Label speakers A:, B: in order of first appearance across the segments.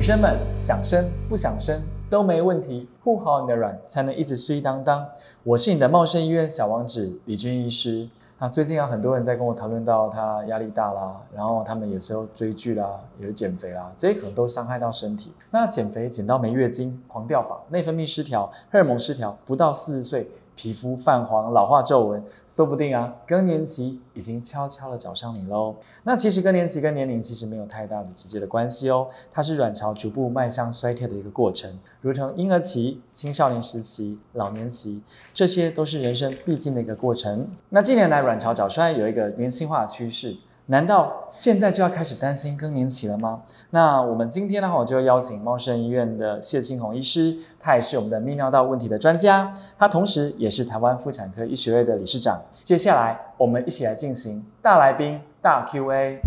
A: 生们想生不想生都没问题，护好你的卵才能一直睡当当。我是你的茂盛医院小王子李军医师。啊，最近啊，很多人在跟我讨论到他压力大啦，然后他们有时候追剧啦，有减肥啦，这些可能都伤害到身体。那减肥减到没月经、狂掉发、内分泌失调、荷尔蒙失调，不到四十岁皮肤泛黄、老化、皱纹，说不定啊，更年期已经悄悄的找上你喽。那其实更年期跟年龄其实没有太大的直接的关系哦，它是卵巢逐步迈向衰退的一个过程，如同婴儿期、青少年时期、老年期，这些都是人生必经的一个过程。那近年来卵巢早衰有一个年轻化的趋势。难道现在就要开始担心更年期了吗？那我们今天呢，我就邀请茂盛医院的谢庆红医师，他也是我们的泌尿道问题的专家，他同时也是台湾妇产科医学会的理事长。接下来，我们一起来进行大来宾大 Q&A。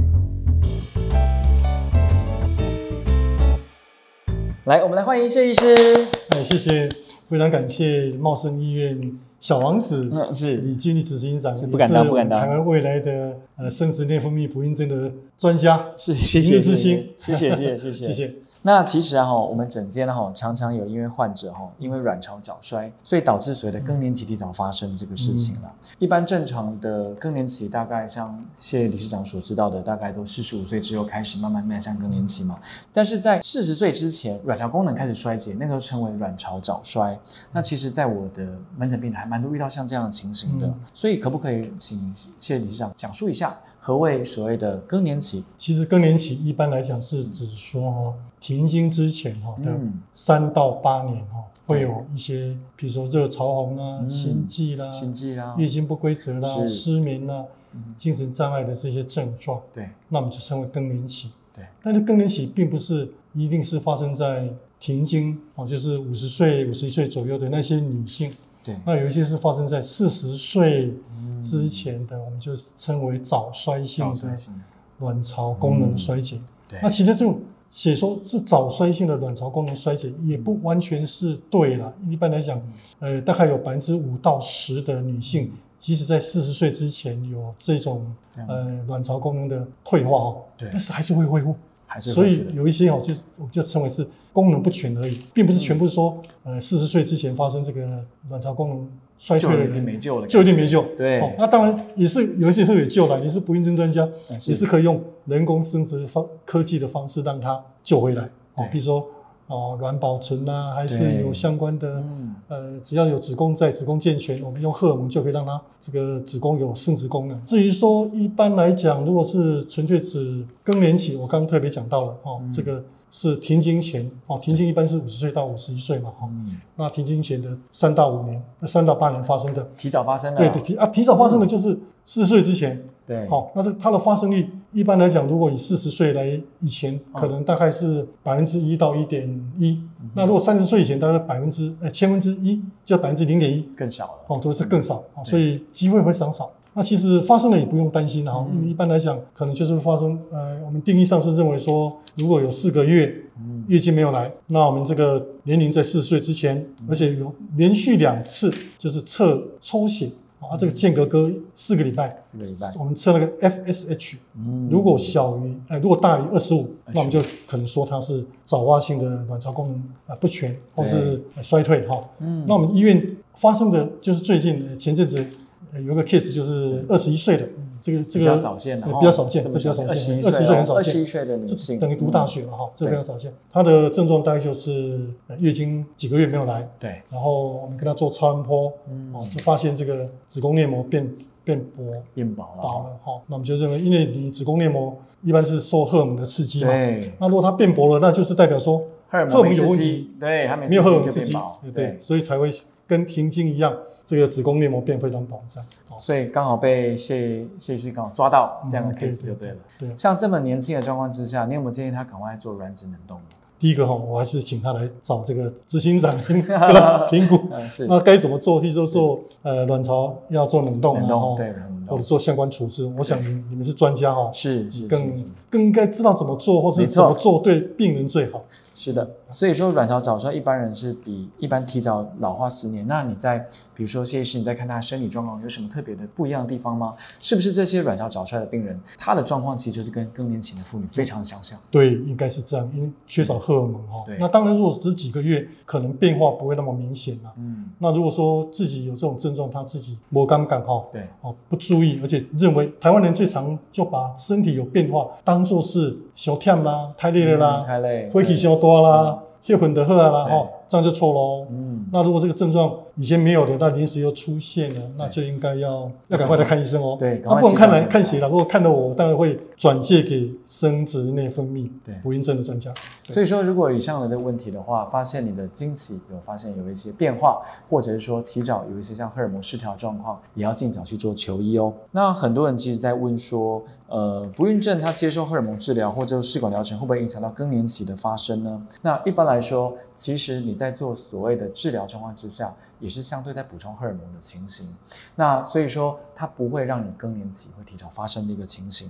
A: 来，我们来欢迎谢医师。
B: 哎，谢谢，非常感谢茂盛医院小王子
A: 嗯，是
B: 李俊立执行长，
A: 是
B: 也
A: 不敢当
B: 是
A: 不敢当
B: 台湾未来的呃生殖内分泌不孕症的专家，
A: 是，谢
B: 明
A: 谢
B: 日之星
A: 谢谢谢谢谢谢
B: 谢谢。
A: 那其实啊哈，我们整间啊哈常常有因为患者哈，因为卵巢早衰，所以导致所谓的更年期提早发生这个事情了。
B: 嗯
A: 一般正常的更年期大概像谢理事长所知道的，大概都四十五岁之后开始慢慢迈向更年期嘛。但是在四十岁之前，卵巢功能开始衰竭，那个称为卵巢早
B: 嗯
A: 衰。那其实，在我的门诊病人还蛮多遇到像这样的情形的，
B: 嗯
A: 所以可不可以请谢理事长讲述一下何谓所谓的更年期？
B: 其实更年期一般来讲是指说哦，停经之前哈的
A: 嗯
B: 三到八年哈，会有一些，比如说热潮红啊、
A: 嗯
B: 心悸啦、
A: 心悸啊啦，
B: 月经不规则啦、
A: 是
B: 失眠啦、
A: 嗯
B: 精神障碍的这些症状，
A: 对
B: 那我们就称为更年期。
A: 对，
B: 但是更年期并不是一定是发生在停经哦，就是五十岁、五十一岁左右的那些女性，
A: 对，
B: 那有一些是发生在四十岁
A: 嗯
B: 之前的，我们就称为早衰性
A: 早衰
B: 的
A: 性的
B: 卵巢功能衰竭。
A: 对
B: 那其实这种写说是早衰性的卵巢功能衰竭，也不完全是对啦。
A: 嗯
B: 一般来讲，呃，大概有百分之五到十的女性，即使在四十岁之前有这种
A: 嗯这样
B: 呃卵巢功能的退化哦，
A: 对
B: 但是还是会恢复。
A: 还是
B: 所
A: 会觉
B: 以
A: 得
B: 有一些哦，就我们就称为是功能不全而已，并不是全部说，
A: 嗯
B: 呃，四十岁之前发生这个卵巢功能衰退
A: 就
B: 的
A: 一定
B: 人
A: 没救了，
B: 就一定没救。
A: 对
B: 哦，那当然也是有一些是有救了，你是不孕症专家，
A: 嗯是
B: 也是可以用人工生殖方科技的方式让它救回来。哦
A: 对，
B: 比如说哦，卵保存呐、还
A: 对
B: 是有相关的。
A: 嗯
B: 呃，只要有子宫在，子宫健全，我们用荷尔蒙就可以让它这个子宫有生殖功能。至于说一般来讲，如果是纯粹指更年期，我刚刚特别讲到了哦，
A: 嗯
B: 这个是停经前哦，停经一般是五十岁到五十一岁嘛，哦，
A: 嗯，
B: 那停经前的三到五年，那三到八年发生的，
A: 提早发生了，
B: 对对提哦啊，提早发
A: 嗯
B: 生的就是四十岁之前，
A: 对，
B: 好、那是它的发生率一般来讲，如果以四十岁来以前，
A: 哦嗯
B: 可能大概是百分之一到一点一。那如果三十岁以前，大概百分之呃千分之一，就百分之零点一，
A: 更少了，
B: 哦，都是更少，哦、所以机会非常少。那其实发生了也不用担心啊，哦
A: 嗯
B: 一般来讲，可能就是发生呃，我们定义上是认为说，如果有四个月
A: 嗯，
B: 月经没有来，那我们这个年龄在四十岁之前，而且有连续两次就是测抽血啊，这个间隔隔四个礼拜，
A: 四个礼拜，
B: 我们测那个 FSH，
A: 嗯
B: 如果小于，哎，如果大于二十五，
A: 25
B: 那我们就可能说它是早发性的卵巢功能啊不全
A: 对
B: 或是呃衰退哈。
A: 嗯
B: 那我们医院发生的就是最近呃前阵子呃有一个 case 就是二十一岁的，这个
A: 嗯比
B: 这个
A: 较少见了，
B: 呃比较少见，
A: 这么
B: 比较少
A: 二十
B: 见，
A: 一
B: 二十岁很少
A: 二十一
B: 见。
A: 岁的女性，
B: 等于读大学了哈，这
A: 对
B: 非常少见。她的症状大概就是呃月经几个月没有来，
A: 嗯对，
B: 然后我们跟她做超音波，
A: 嗯
B: 哦，就发现这个子宫内膜变变薄，
A: 变薄了，
B: 薄了哈、那我们就认为，因为你子宫内膜一般是受荷尔蒙的刺激嘛，
A: 对，
B: 那如果它变薄了，那就是代表说
A: 荷尔
B: 荷
A: 蒙
B: 尔蒙有
A: 刺激
B: 问题，
A: 对，它没
B: 没有荷尔蒙
A: 就
B: 刺
A: 变
B: 激
A: 薄，，
B: 对对，所以才会跟停经一样，这个子宫内膜变非常薄胀。哦，
A: 所以刚好被谢谢医师刚好抓到这样的
B: 嗯对
A: case 就
B: 对
A: 对了。
B: 对，
A: 像这么年轻的状况之下，你有没有建议他赶快做卵子冷冻？
B: 第一个哈、我还是请他来找这个执行长 跟 他评估。
A: 嗯，是
B: 啊那该怎么做？譬如说做呃卵巢要做冷冻
A: 冷
B: 啊，
A: 冻
B: 哦
A: 对冷冻
B: 或者做相关处置。我想你你们是专家哦，
A: 是是是
B: 更更应该知道怎么做，或
A: 没
B: 是
A: 错
B: 怎么做对病人最好。
A: 是的，所以说卵巢早衰一般人是比一般提早老化十年。那你在比如说谢医师，你在看他生理状况有什么特别的不一样的地方吗？是不是这些卵巢早衰的病人，他的状况其实就是跟更年期的妇女非常相像？
B: 对，应该是这样，因为缺少荷尔蒙哦
A: 对。
B: 那当然，如果只是几个月，可能变化不会那么明显啊。
A: 嗯，
B: 那如果说自己有这种症状，他自己没感感哈，
A: 对，
B: 哦不注意，而且认为台湾人最常就把身体有变化当做是小跳啦、太累了
A: 嗯
B: 啦、
A: 太累，
B: 火气
A: 对
B: 小多啦、血混的喝啦，
A: 对
B: 哦，这样就错喽。
A: 嗯，
B: 那如果这个症状以前没有的，那临时又出现了，那就应该要要赶快来看医生哦。
A: 对赶快
B: 那不能
A: 去
B: 看
A: 找
B: 来
A: 检
B: 看
A: 查
B: 谁了，如果看了我，当然会转介给生殖内分泌
A: 对
B: 不孕症的专家。
A: 所以说，如果以上的这个问题的话，发现你的经期有发现有一些变化，或者是说提早有一些像荷尔蒙失调状况，也要尽早去做求医哦。那很多人其实在问说，呃，不孕症它接受荷尔蒙治疗或者试管疗程会不会影响到更年期的发生呢？那一般来说，其实你在做所谓的治疗状况之下，也是相对在补充荷尔蒙的情形。那所以说，它不会让你更年期会提早发生的一个情形。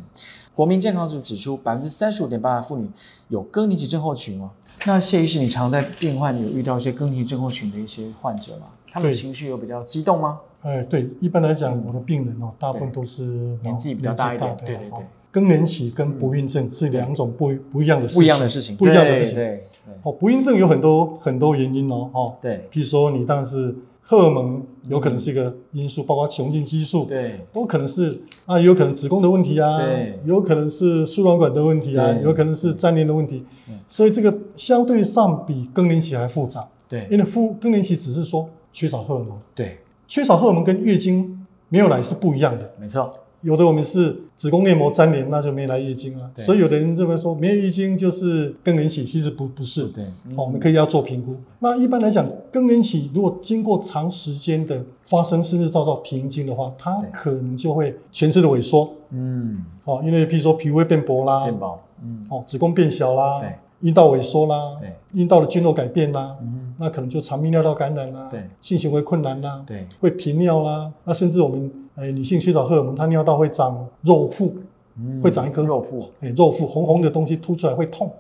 A: 国民健康署指出，百分之三十五点八的妇女有更年期症候群吗？那谢医师，你常在病患有遇到一些更年期症候群的一些患者吗？他们
B: 对
A: 情绪有比较激动吗？
B: 哎，对，一般来讲，我的病人哦，大部分都是
A: 嗯年纪比较大
B: 哦
A: 一点对对对。
B: 更年期跟不孕症是两种不不一样的事情
A: 不一样的事情，
B: 不一样的事情。
A: 对对
B: 哦，不孕症有很多很多原因哦，哦，
A: 对
B: 譬如说你当然是荷尔蒙有可能是一个因素，包括雄性激素，
A: 对
B: 都可能是啊，也有可能子宫的问题啊
A: 对，
B: 有可能是输卵管的问题啊，
A: 对
B: 有可能是粘连的问题
A: 嗯，
B: 所以这个相对上比更年期还复杂，
A: 对
B: 因为复更年期只是说缺少荷尔蒙，
A: 对，
B: 缺少荷尔蒙跟月经没有来是不一样的。
A: 没错，
B: 有的我们是子宫内膜粘连，那就没来月经啊。
A: 对
B: 所以有的人认为说没有月经就是更年期，其实不不是。
A: 对，嗯
B: 哦，我们可以要做评估。那一般来讲，更年期如果经过长时间的发生，甚至遭到停经的话，它
A: 对
B: 可能就会全身的萎缩
A: 嗯，
B: 哦，因为譬如说皮肤会变薄啦，
A: 变薄，嗯，
B: 哦，子宫变小啦
A: 对，
B: 阴道萎缩啦，
A: 对，
B: 阴道的菌落改变啦，
A: 嗯，
B: 那可能就肠泌尿道感染啦，
A: 对，
B: 性行为困难啦，
A: 对，
B: 会频尿啦，那甚至我们呃女性缺少荷尔蒙，她尿道会长肉腹，
A: 嗯
B: 会长一颗
A: 肉腹，
B: 哎、肉腹红红的东西凸出来会痛，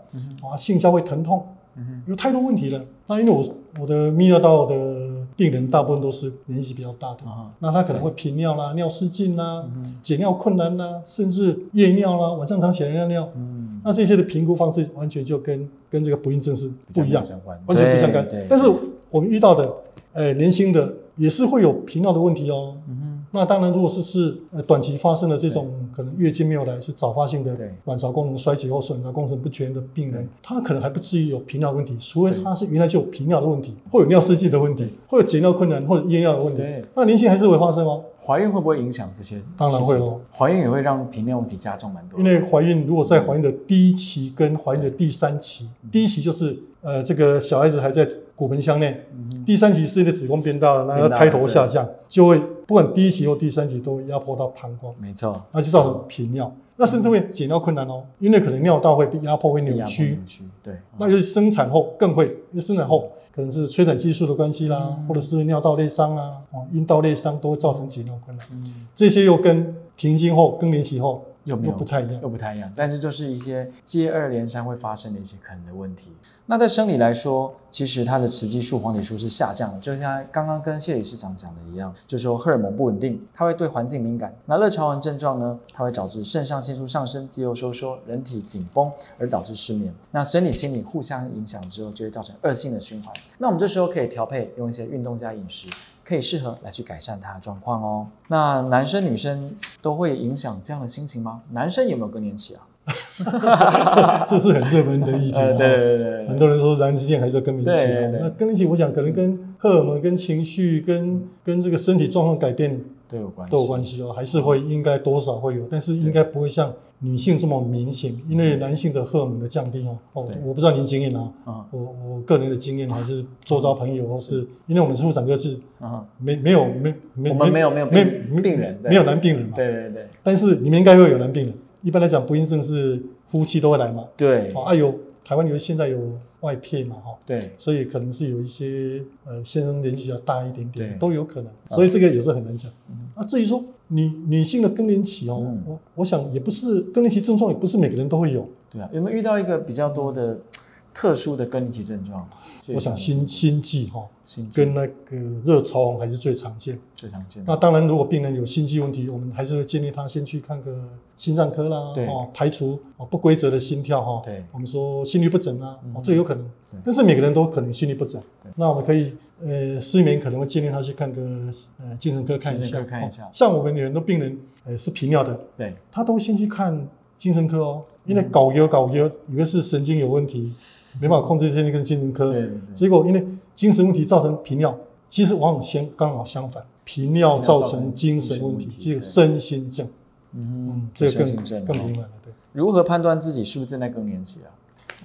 B: 啊，性交会疼痛，
A: 嗯
B: 有太多问题了。那因为我我的泌尿道的病人大部分都是年纪比较大的，
A: 哼，啊，
B: 那他可能会频尿啦、尿失禁啦、
A: 嗯
B: 解尿困难啦，甚至夜尿啦，晚上常起来尿尿。
A: 嗯，
B: 那这些的评估方式完全就跟跟这个不孕症是
A: 比较
B: 不一样
A: 没有，相关，
B: 完全不相干
A: 对对。
B: 但是我们遇到的，呃，年轻的也是会有频尿的问题哦。
A: 嗯
B: 那当然，如果是是呃短期发生的这种可能月经没有来是早发性的
A: 对
B: 卵巢功能衰竭或是卵巢功能不全的病人，他可能还不至于有频尿问题，除非
A: 对
B: 他是原来就有频尿的问题，或有尿失禁的问题，或有解尿困难或者夜尿的问题
A: 对，
B: 那年轻还是会发生哦。
A: 哼，怀孕会不会影响这些？
B: 当然会咯，
A: 怀孕也会让频尿问题加重蛮多
B: 因
A: 的，
B: 为怀孕如果在怀孕的第一期跟怀孕的第三期，
A: 嗯
B: 第一期就是呃这个小孩子还在骨盆腔内，
A: 嗯哼
B: 第三期是因为子宫变大了，那
A: 变大了
B: 它胎头下降，就会不管第一期或第三期都会压迫到膀胱，
A: 没错，
B: 那就造成频尿，那甚至会解尿困难哦，因为可能尿道会被压迫会扭
A: 压迫
B: 曲
A: 扭，曲，对，
B: 那就是生产后更会，因为生产后可能是催产激素的关系啦，或者是尿道内伤啊，哦阴道内伤都会造成解尿困难，
A: 嗯
B: 这些又跟停经后、更年期后
A: 又没
B: 又
A: 有
B: 不太一样。
A: 又不太一样，但是就是一些接二连三会发生的一些可能的问题。那在生理来说，其实它的雌激素、黄体素是下降的，就像刚刚跟谢理事长讲的一样，就是说荷尔蒙不稳定，它会对环境敏感。那热潮纹症状呢，它会导致肾上腺素上升、肌肉收缩、人体紧绷，而导致失眠。那生理、心理互相影响之后，就会造成恶性的循环。那我们这时候可以调配，用一些运动加饮食。可以适合来去改善它的状况哦。那男生女生都会影响这样的心情吗？男生有没有更年期啊？
B: 这是很热门的议题、啊。
A: 呃， 对对对对
B: 很
A: 对，
B: 多人说燃脂期还是要更年期
A: 对对
B: 啊
A: 对。
B: 那更年期，我想可能跟荷尔蒙、跟情绪、跟跟这个身体状况改变
A: 都有关系，
B: 都有关系哦，还是会应该多少会有，但是应该不会像女性这么明显，因为男性的荷尔蒙的降低哦。哦
A: 嗯对，
B: 我不知道您经验啊，
A: 嗯
B: 我我个人的经验还是周遭朋友，或是因为我们是妇产科是
A: 嗯，
B: 没没有没没
A: 我们没有没有
B: 没
A: 病
B: 没
A: 病人对
B: 没有男病人嘛，
A: 对对对
B: 但是你们应该会有男病人。一般来讲，不孕症是夫妻都会来嘛，
A: 对
B: 哦，啊有台湾有现在有外撇嘛，哈、
A: 对，
B: 所以可能是有一些呃先生年纪比较大一点
A: 对啊
B: 点，都有可能，所以这个也是很难讲。
A: 嗯
B: 啊，至于说女女性的更年期哦，
A: 嗯
B: 我我想也不是更年期症状，也不是每个人都会有。
A: 对啊，有没有遇到一个比较多的特殊的更年期症状？
B: 我想心心悸哈、
A: 心
B: 跟那个热潮红还是最常见。
A: 最常见的，
B: 那当然，如果病人有心悸问题，我们还是会建议他先去看个心脏科啦，
A: 对
B: 哦，排除哦不规则的心跳哈、哦，
A: 对
B: 我们说心律不整啊，
A: 嗯
B: 哦，这个有可能
A: 对，
B: 但是每个人都可能心律不整
A: 对。
B: 那我们可以，呃，失眠可能会建议他去看个呃精神科看一
A: 精神
B: 下，
A: 科看一下
B: 哦像我们有很多病人，呃，是频尿的，
A: 对，
B: 他都先去看精神科哦，因
A: 嗯
B: 为搞腰搞腰，以为是神经有问题，没办法控制，先去跟精神科。
A: 对对对
B: 结果因为精神问题造成频尿，其实往往先刚好相反，频尿造成精神问题，
A: 精神问题
B: 这个身心症，
A: 嗯
B: 嗯，，这
A: 是
B: 个
A: 心
B: 更
A: 症
B: 更
A: 哦
B: 频繁了，对。
A: 如何判断自己是不是正在更年期啊？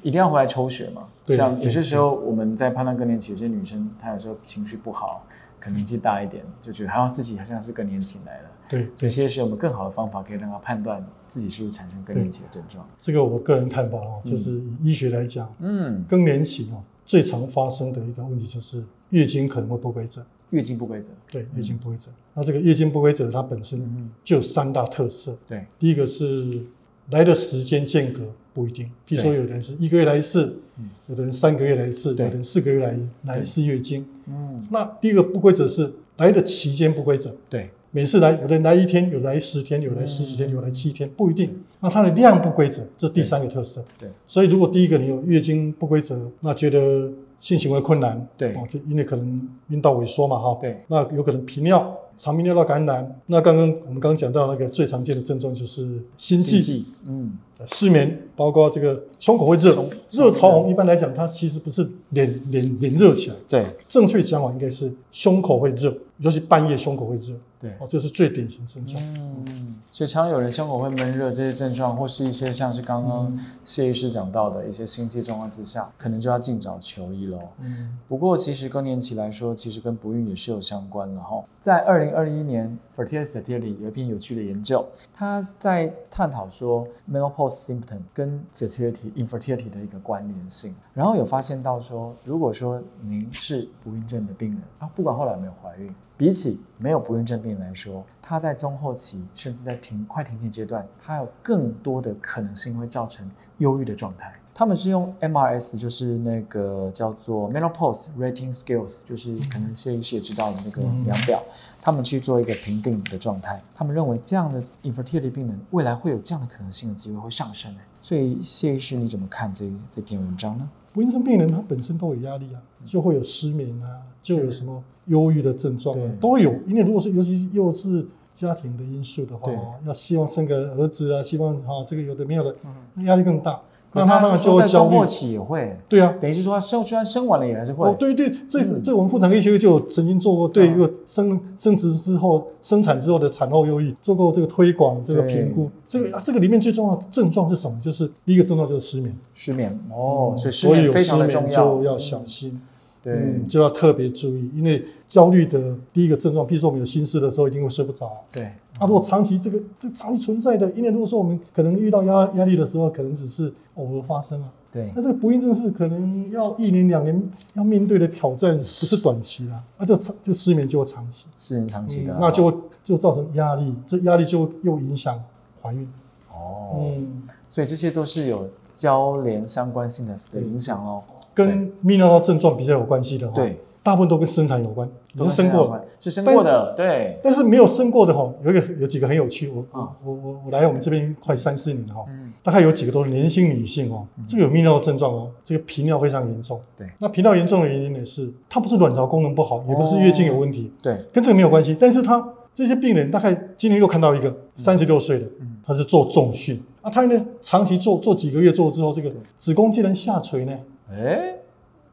A: 一定要回来抽血吗？
B: 对
A: 像有些时候我们在判断更年期，有些女生她有时候情绪不好，可能年纪大一点就觉得她自己好像是更年期来了。
B: 对，
A: 有些是我们更好的方法可以让她判断自己是不是产生更年期的症状。
B: 这个我个人看法哦，就是以医学来讲，
A: 嗯，
B: 更年期哦最常发生的一个问题就是月经可能会不规则，
A: 月经不规则。
B: 对，月经不规则。那这个月经不规则它本身
A: 嗯，
B: 就有三大特色，
A: 对，
B: 第一个是来的时间间隔不一定，比如说有的人是一个月来一次
A: 嗯，
B: 有的人三个月来一次，有
A: 对
B: 的人四个月来来一次月经。
A: 嗯，
B: 那第一个不规则是来的期间不规则，
A: 对，
B: 每次来有的人来一天，有的来十天，有的来十几天，有的来七天，不一定。那它的量不规则，这是第三个特色。
A: 对，
B: 所以如果第一个你有月经不规则，那觉得性行为困难，
A: 对
B: 哦，就因为可能阴道萎缩嘛，哈，
A: 对，
B: 那有可能频尿。肠泌尿道感染，那刚刚我们刚刚讲到那个最常见的症状就是心悸、
A: 悸，嗯，
B: 呃失眠，包括这个胸口会热
A: 胸，
B: 热潮红一般来讲，它其实不是脸脸脸热起来，
A: 对，
B: 正确讲法应该是胸口会热，尤其半夜胸口会热，
A: 对，
B: 哦，这是最典型症状。
A: 嗯，所以常有人胸口会闷热这些症状，或是一些像是刚刚谢医师讲到的一些心悸状况之下，可能就要尽早求医喽。
B: 嗯，
A: 不过，其实更年期来说，其实跟不孕也是有相关的哈。在二零二一年 Fertility Study 里有一篇有趣的研究，它在探讨说 menopause symptom 跟 fertility infertility 的一个关联性，然后有发现到说，如果说您是不孕症的病人啊，不管后来有没有怀孕，比起没有不孕症病人来说，他在中后期甚至在停快停经阶段，他有更多的可能性会造成忧郁的状态。他们是用 MRS，就是那个叫做 Menopause Rating Scales，就是可能谢医师也知道的那个量表，他们去做一个评定的状态。他们认为这样的 infertility 病人未来会有这样的可能性的机会会上升。所以谢医师你怎么看这这篇文章呢？
B: 不孕症病人他本身都有压力啊，
A: 嗯
B: 就会有失眠啊，就有什么忧郁的症状啊
A: 对，
B: 都会有。因为如果是尤其是又是家庭的因素的话哦
A: 对，
B: 要希望生个儿子啊，希望啊这个有的没有的
A: 嗯，
B: 那压力更大，那他当然就
A: 说
B: 会
A: 在
B: 焦
A: 中
B: 虑
A: 末。期也会，
B: 对啊，
A: 等于是说他生虽然生完了也还是会，
B: 哦，对对，这
A: 嗯
B: 这我们妇产科医学会就有曾经做过对
A: 嗯
B: 这个生生殖之后、生产之后的产后忧郁做过这个推广、这个
A: 对
B: 评估。这个啊这个里面最重要的症状是什么？就是第一个症状就是失眠
A: 失眠哦，所以失
B: 嗯所以
A: 眠
B: 有
A: 非
B: 失
A: 常的
B: 眠
A: 重
B: 就要
A: 嗯
B: 小心，
A: 对、
B: 嗯，就要特别注意，因为焦虑的第一个症状，比如说我们有心事的时候，一定会睡不着。
A: 对，
B: 啊，如果长期这个这长期存在的，因为如果说我们可能遇到压压力的时候，可能只是偶尔发生啊，
A: 对
B: 那这个不孕症是可能要一年两年要面对的挑战，不是短期啦，那就长就失眠就会长期，
A: 失眠长期的、啊
B: 嗯那就会就造成压力，这压力就又影响怀孕。
A: 哦。
B: 嗯，
A: 所以这些都是有交联相关性的的影响哦。
B: 跟泌尿道症状比较有关系的哈，
A: 对，
B: 大部分都跟生产有关，嗯已
A: 都
B: 经生过了。，
A: 是生过的，对，
B: 但是没有生过的哈，有一个有几个很有趣，我
A: 啊
B: 我我我我来我们这边快三四年了哈，
A: 嗯，
B: 大概有几个都是年轻女性哦，这个有泌尿症状哦，这个频尿非常严重。
A: 对
B: 那频尿严重的原因呢是，它不是卵巢功能不好，也不是月经有问题，
A: 对，
B: 跟这个没有关系。但是他这些病人大概今天又看到一个三十六岁的
A: 嗯，
B: 他是做重训啊，他呢长期做做几个月做之后，这个子宫竟然下垂呢，
A: 哎，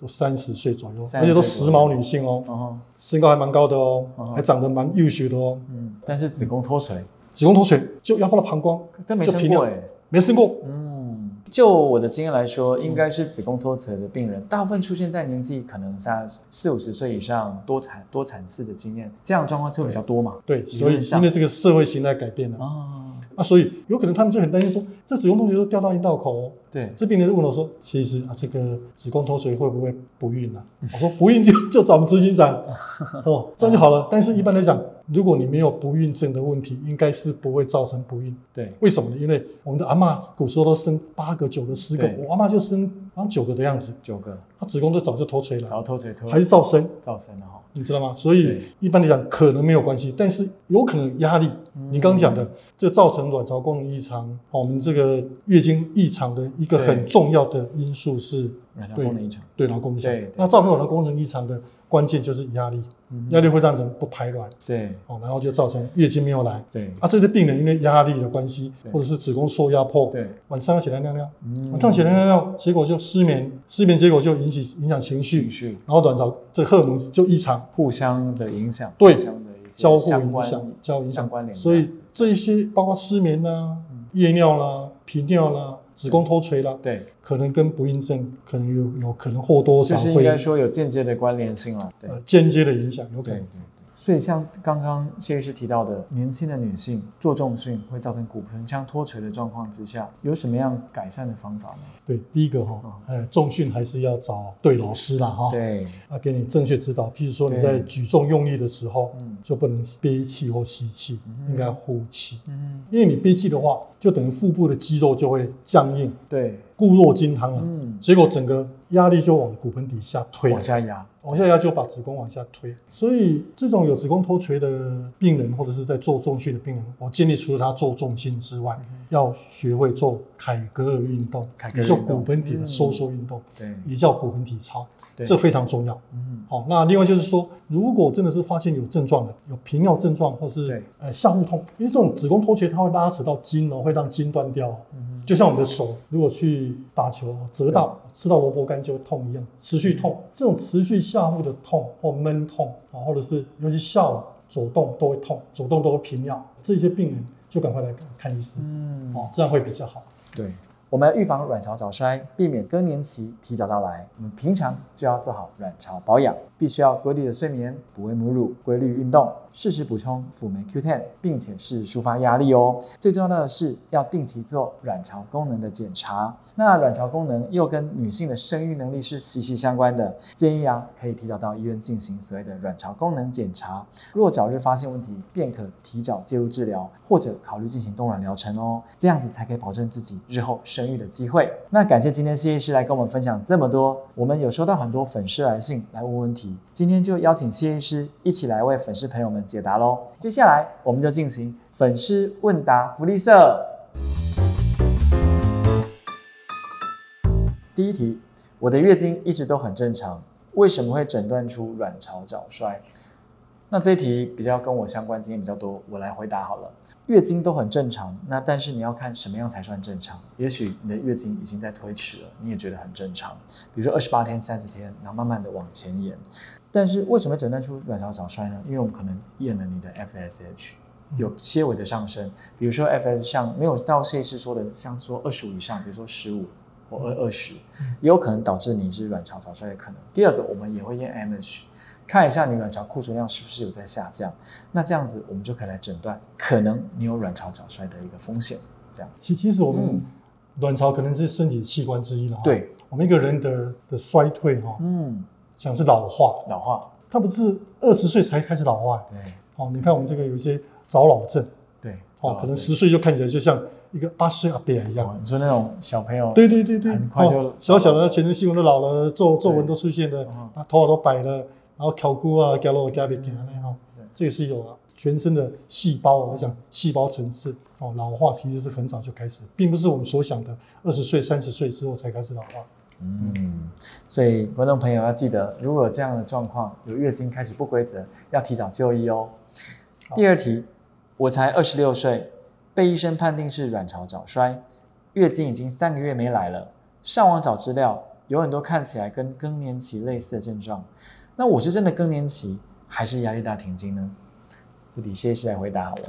B: 都三十岁左右，
A: 30
B: 而且都时髦女性哦，
A: 哦，
B: 身高还蛮高的哦
A: 哦，
B: 还长得蛮优秀的哦，
A: 嗯，但是子宫脱垂，
B: 子宫脱垂就压迫到膀胱，
A: 但没生
B: 嗯就皮
A: 过
B: 尿
A: 哎，
B: 没生过，
A: 嗯，就我的经验来说，应该是子宫脱垂的病人，大部分出现在年纪可能三四五十岁以上，多产多产次的经验，这样的状况就比较多嘛。
B: 对，
A: 理
B: 所以
A: 论上
B: 因为这个社会形态改变了。
A: 哦，
B: 啊，所以有可能他们就很担心说，这子宫脱垂都掉到阴道口、哦，
A: 对，
B: 这病人就问我说：“谢医师啊，这个子宫脱垂会不会不孕啊？”我说：“不孕就 就找我们执行 长哦，这样就好了。”但是一般来讲，如果你没有不孕症的问题，应该是不会造成不孕。
A: 对，
B: 为什么呢？因为我们的阿嬷古时候都生八个、九个、十个，
A: 对
B: 我阿嬷就生好像九个的样子，
A: 九个，
B: 她子宫就早就脱垂
A: 然后
B: 了，
A: 脱垂脱
B: 还是造生，
A: 造成了哈。
B: 你知道吗？所以
A: 对
B: 一般来讲可能没有关系，但是有可能有压力。你刚刚讲
A: 嗯
B: 的，这造成卵巢功能异常，哦我们这个月经异常的一个
A: 对
B: 很重要的因素是
A: 卵巢功能异常，
B: 对劳宫异常
A: 对对。
B: 那造成卵巢功能异常的关键就是压力，
A: 嗯
B: 压力会让人不排卵，
A: 对
B: 哦，然后就造成月经没有来。
A: 对
B: 啊，这些病人因为压力的关系
A: 对，
B: 或者是子宫受压迫，
A: 对，
B: 晚上要起来尿尿，
A: 嗯
B: 晚上起来尿尿，结果就失眠，失眠结果就引起影响情
A: 情
B: 绪，
A: 绪
B: 然后卵巢这荷尔蒙就异常，
A: 互相的影响，
B: 对
A: 互相的一些
B: 交互
A: 相
B: 影
A: 关
B: 响，交互影
A: 相
B: 响
A: 关联，
B: 所以这一些包括失眠啦、
A: 嗯
B: 夜尿啦、频尿啦、子宫脱垂啦，
A: 对，
B: 可能跟不孕症可能有有可能或多或少
A: 就是应
B: 会
A: 该说有间接的关联性了。对
B: 呃间接的影响，有可
A: 对对
B: 能。
A: 对。所以像刚刚谢医师提到的，年轻的女性做重训会造成骨盆腔脱垂的状况之下，有什么样改善的方法吗？
B: 对，第一个哈、呃，重训还是要找对老师啦哈、
A: 哦对，
B: 啊，给你正确指导。譬如说你
A: 对
B: 在举重用力的时候，
A: 嗯
B: 就不能憋气或吸气，
A: 嗯
B: 应该呼气，
A: 嗯，
B: 因为你憋气的话，就等于腹部的肌肉就会僵硬，
A: 对，
B: 固若金汤了。
A: 嗯，
B: 结果整个压力就往骨盆底下推，
A: 往下压，
B: 往下压就把子宫往下推。所以这种有子宫脱垂的病人，或者是在做重训的病人，我建议除了他做重训之外，要学会做凯格尔运动，
A: 嗯凯格
B: 也
A: 尔
B: 就
A: 运动
B: 骨盆底的收缩运动，
A: 对，
B: 也叫骨盆底操，
A: 对
B: 这非常重要。
A: 嗯，
B: 好、那另外就是说，如果真的是发现有症状的，有频尿症状或
A: 对
B: 是呃下腹痛，因为这种子宫脱垂它会拉扯到筋哦，会让筋断掉哦、
A: 嗯
B: 就像我们的手如果去打球折到吃到萝卜干就会痛一样，持续痛，
A: 嗯
B: 这种持续下腹的痛或闷痛啊，或者是尤其下午走动都会痛，走动都会频尿，这些病人就赶快来看医生
A: 嗯，
B: 哦，这样会比较好。
A: 对，我们要预防卵巢早衰，避免更年期提早到来，我们平常就要做好卵巢保养，必须要规律的睡眠、补喂母乳、规律运动、适时补充辅酶 Q10，并且是抒发压力哦。最重要的是要定期做卵巢功能的检查。那卵巢功能又跟女性的生育能力是息息相关的，建议啊可以提早到医院进行所谓的卵巢功能检查，若早日发现问题，便可提早介入治疗，或者考虑进行冻卵疗程哦。这样子才可以保证自己日后生育的机会。那感谢今天谢医师来跟我们分享这么多，我们有收到很多粉丝来信来问问题，今天就邀请谢医师一起来为粉丝朋友们解答喽。接下来我们就进行粉丝问答福利社。第一题，我的月经一直都很正常，为什么会诊断出卵巢早衰？那这一题比较跟我相关经验比较多，我来回答好了。月经都很正常，那但是你要看什么样才算正常。也许你的月经已经在推迟了，你也觉得很正常，比如说二十八天、三十天，然后慢慢的往前延。但是为什么诊断出卵巢早衰呢？因为我们可能验了你的 FSH 有些微的上升，比如说 FSH 像没有到谢医师说的，像说二十五以上，比如说十五或二二十，也有可能导致你是卵巢早衰的可能。第二个，我们也会验 MH。看一下你卵巢库存量是不是有在下降，那这样子我们就可以来诊断，可能你有卵巢早衰的一个风险。这样，
B: 其其实我
A: 嗯
B: 们卵巢可能是身体的器官之一了哈，
A: 对，
B: 我们一个人的的衰退哈，
A: 嗯，
B: 讲是老化，
A: 老化，
B: 它不是二十岁才开始老化
A: 对
B: 哦，你看我们这个有一些早老症
A: 对，
B: 哦，可能
A: 是
B: 十岁就看起来就像一个八十岁阿伯一样。
A: 你说那种小朋友，
B: 对对对对，
A: 很快就
B: 哦、小小的全身细纹都老了，皱皱纹都出现了
A: 嗯，
B: 啊，头发都白了，然后颧骨啊、角落、角边、颈那哈
A: 对，
B: 这个是有啊，全身的细胞，我讲细胞层次哦，老化其实是很早就开始，并不是我们所想的二十岁、三十岁之后才开始老化。
A: 嗯，所以观众朋友要记得，如果有这样的状况，有月经开始不规则，要提早就医哦。第二题，我才二十六岁，被医生判定是卵巢早衰，月经已经三个月没来了。上网找资料，有很多看起来跟更年期类似的症状。那我是真的更年期，还是压力大停经呢？这里谢医师来回 答好了。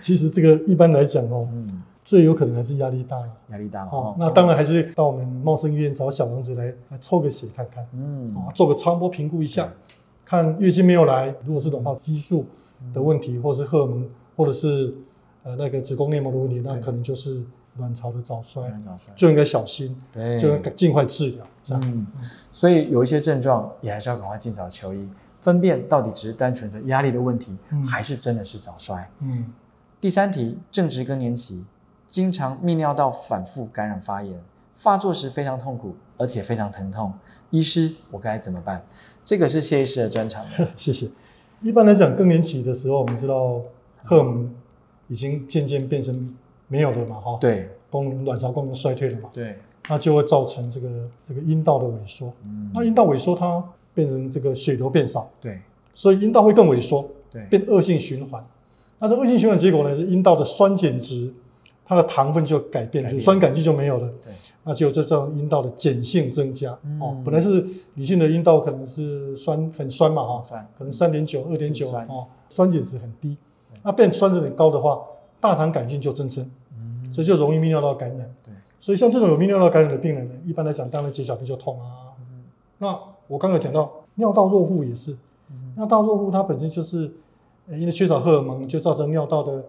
B: 其实这个一般来讲哦，
A: 嗯，
B: 最有可能还是压力大了。
A: 压力大了
B: 哦
A: 哦，。
B: 那当然还是到我们茂盛医院找小王子来来抽个血看看。
A: 嗯，
B: 啊，做个超波评估一下，看月经没有来，如果是卵泡激素
A: 嗯
B: 的问题，或是荷尔蒙，或者是呃那个子宫内膜的问题，那
A: 对
B: 可能就是卵巢的早衰，
A: 卵巢塞
B: 就应该小心，
A: 对，
B: 就应该尽快治疗。这样，
A: 嗯，所以有一些症状也还是要赶快尽早求医，分辨到底只是单纯的压力的问题，
B: 嗯
A: 还是真的是早衰。
B: 嗯
A: 第三题，正值更年期，经常泌尿道反复感染发炎，发作时非常痛苦，而且非常疼痛。医师，我该怎么办？这个是谢医师的专 长。
B: 谢谢。一般来讲，更年期的时候，我们知道荷尔蒙已经渐渐变成没有了嘛，哈，，
A: 对
B: 功能卵巢功能衰退了嘛，
A: 对，
B: 那就会造成这个这个阴道的萎缩。
A: 嗯
B: 那阴道萎缩，它变成这个血流变少，
A: 对
B: 所以阴道会更萎缩，
A: 对
B: 变恶性循环。那这恶性循环结果呢，是阴道的酸碱值，它的糖分就改变，
A: 改变
B: 就酸杆菌就没有了，
A: 对，
B: 那就就让阴道的碱性增加。
A: 嗯
B: 哦，本来是女性的阴道可能是酸很酸嘛，哈、
A: 好算
B: 可能三点九、二点九
A: 酸
B: 哦，酸碱值很低
A: 对。
B: 那变酸值很高的话，大肠杆菌就增生，
A: 嗯
B: 所以就容易泌尿道感染。
A: 对，
B: 所以像这种有泌尿道感染的病人呢，一般来讲，当然解小便就痛啊。那我刚刚有讲到尿道弱护也是，
A: 嗯
B: 尿道弱护它本身就是呃因为缺少荷尔蒙，就造成尿道的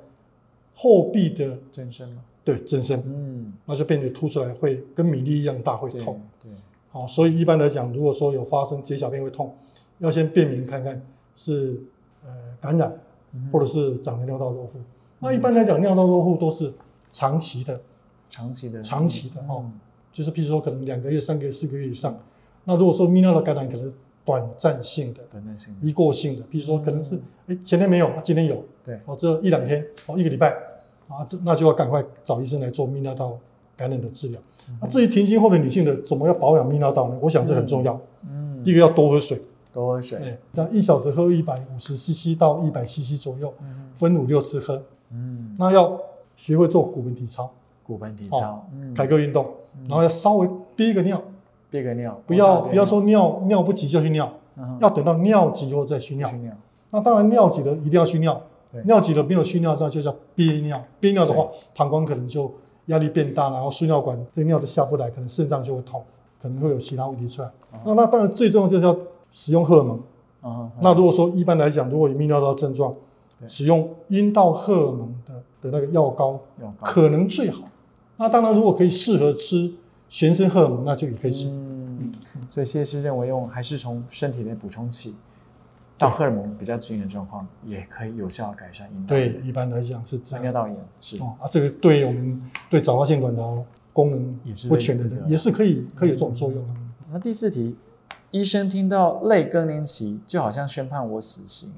B: 后壁的
A: 增生吗？
B: 对增生，
A: 嗯，
B: 那就变得凸出来会跟米粒一样大，会
A: 对
B: 痛。
A: 对，
B: 好、所以一般来讲，如果说有发生解小便会痛，要先辨明看看是呃感染
A: 嗯
B: 或者是长了尿道肉护。那一般来讲，尿道肉护都是长期的，
A: 嗯长期的
B: 长期的哦
A: 嗯
B: 就是譬如说可能两个月、三个月、四个月以上。那如果说泌尿道感染可能短暂性的、
A: 短暂性的
B: 一过性的，譬如说可能是
A: 嗯
B: 哎前天没有，啊今天有，
A: 对，
B: 哦这一两天，哦一个礼拜，啊这那就要赶快找医生来做泌尿道感染的治疗。
A: 嗯
B: 那至于停经后的女性的怎么要保养泌尿道呢？我想这很重要。
A: 嗯，
B: 第一个要多喝水，
A: 多喝水，
B: 哎，那一小时喝一百五十 CC 到一百 CC 左右，
A: 嗯
B: 分五六次喝。
A: 嗯，
B: 那要学会做骨盆体操、
A: 骨盆体
B: 哦
A: 操，嗯，
B: 凯歌运动，然后要稍微憋一个尿，
A: 憋个尿，
B: 不要
A: 往下
B: 不
A: 憋
B: 要说尿尿不急就去尿，
A: 嗯哼
B: 要等到尿急后再去尿
A: 去。尿，
B: 那当然尿急了一定要去尿
A: 对，
B: 尿急了没有去尿，那就叫憋尿。憋尿的话，膀胱可能就压力变大，然后输尿管这个尿就下不来，可能肾脏就会痛，可能会有其他问题出来。
A: 哦
B: 那那当然最重要就是要使用荷尔蒙。
A: 嗯，
B: 那如果说一般来讲，如果有泌尿道症状，
A: 对哦
B: 使用阴道荷尔蒙的的那个药膏
A: 用高
B: 可能最好。那当然，如果可以适合吃全身荷尔蒙，那就也可以吃。
A: 嗯，所以谢医师认为用还是从身体内补充起到荷尔蒙比较均匀的状况，也可以有效改善阴道
B: 对，一般来讲是这
A: 糖
B: 样。
A: 尿道炎是
B: 哦啊，这个对我们对早发性卵巢功
A: 也
B: 能
A: 是
B: 不全的
A: 类似的嗯
B: 人也是可以可以有这种作用的。啊
A: 那第四题，医生听到类更年期，就好像宣判我死刑，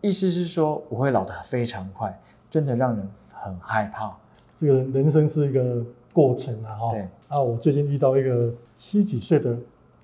A: 意思是说我会老得非常快，真的让人很害怕。
B: 这个人生是一个过程啊，哈、
A: 对
B: 啊，我最近遇到一个七几岁的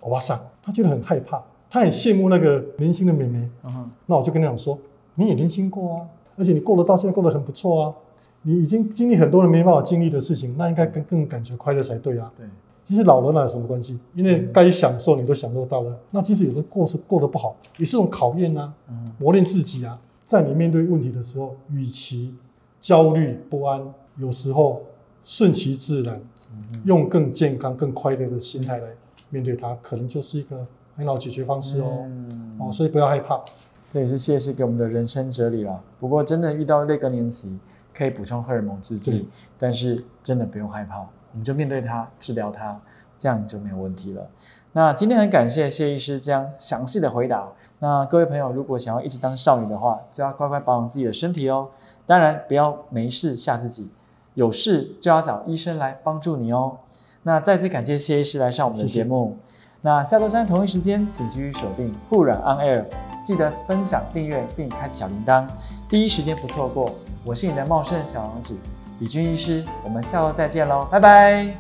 B: 欧巴桑，他觉得很害怕，他很羡慕那个年轻的妹妹。
A: 嗯哼，
B: 那我就跟他讲说，你也年轻过啊，而且你过得到现在过得很不错啊，你已经经历很多人没办法经历的事情，那应该更更感觉快乐才对啊。
A: 对，
B: 其实老了那有什么关系？因
A: 嗯
B: 为该享受你都享受到了，那即使有的过是过得不好，也是种考验啊，
A: 嗯，
B: 磨练自己啊。在你面对问题的时候，与其焦虑不安，有时候顺其自然，
A: 嗯
B: 用更健康、更快乐的心态来面对它，可能就是一个很好的解决方式哦。
A: 嗯
B: 哦，所以不要害怕。
A: 这也是谢师给我们的人生哲理啦。不过真的遇到类更年期，可以补充荷尔蒙制
B: 对
A: 剂，但是真的不用害怕，我们就面对它，治疗它，这样就没有问题了。那今天很感谢谢医师这样详细的回答。那各位朋友，如果想要一直当少女的话，就要乖乖保养自己的身体哦。当然，不要没事吓自己，有事就要找医生来帮助你哦。那再次感谢谢医师来上我们的
B: 谢谢
A: 节目。那下周三同一时间，请继续锁定护软 On Air，记得分享、订阅并开启小铃铛，第一时间不错过。我是你的茂盛小王子李军医师，我们下周再见喽，拜拜。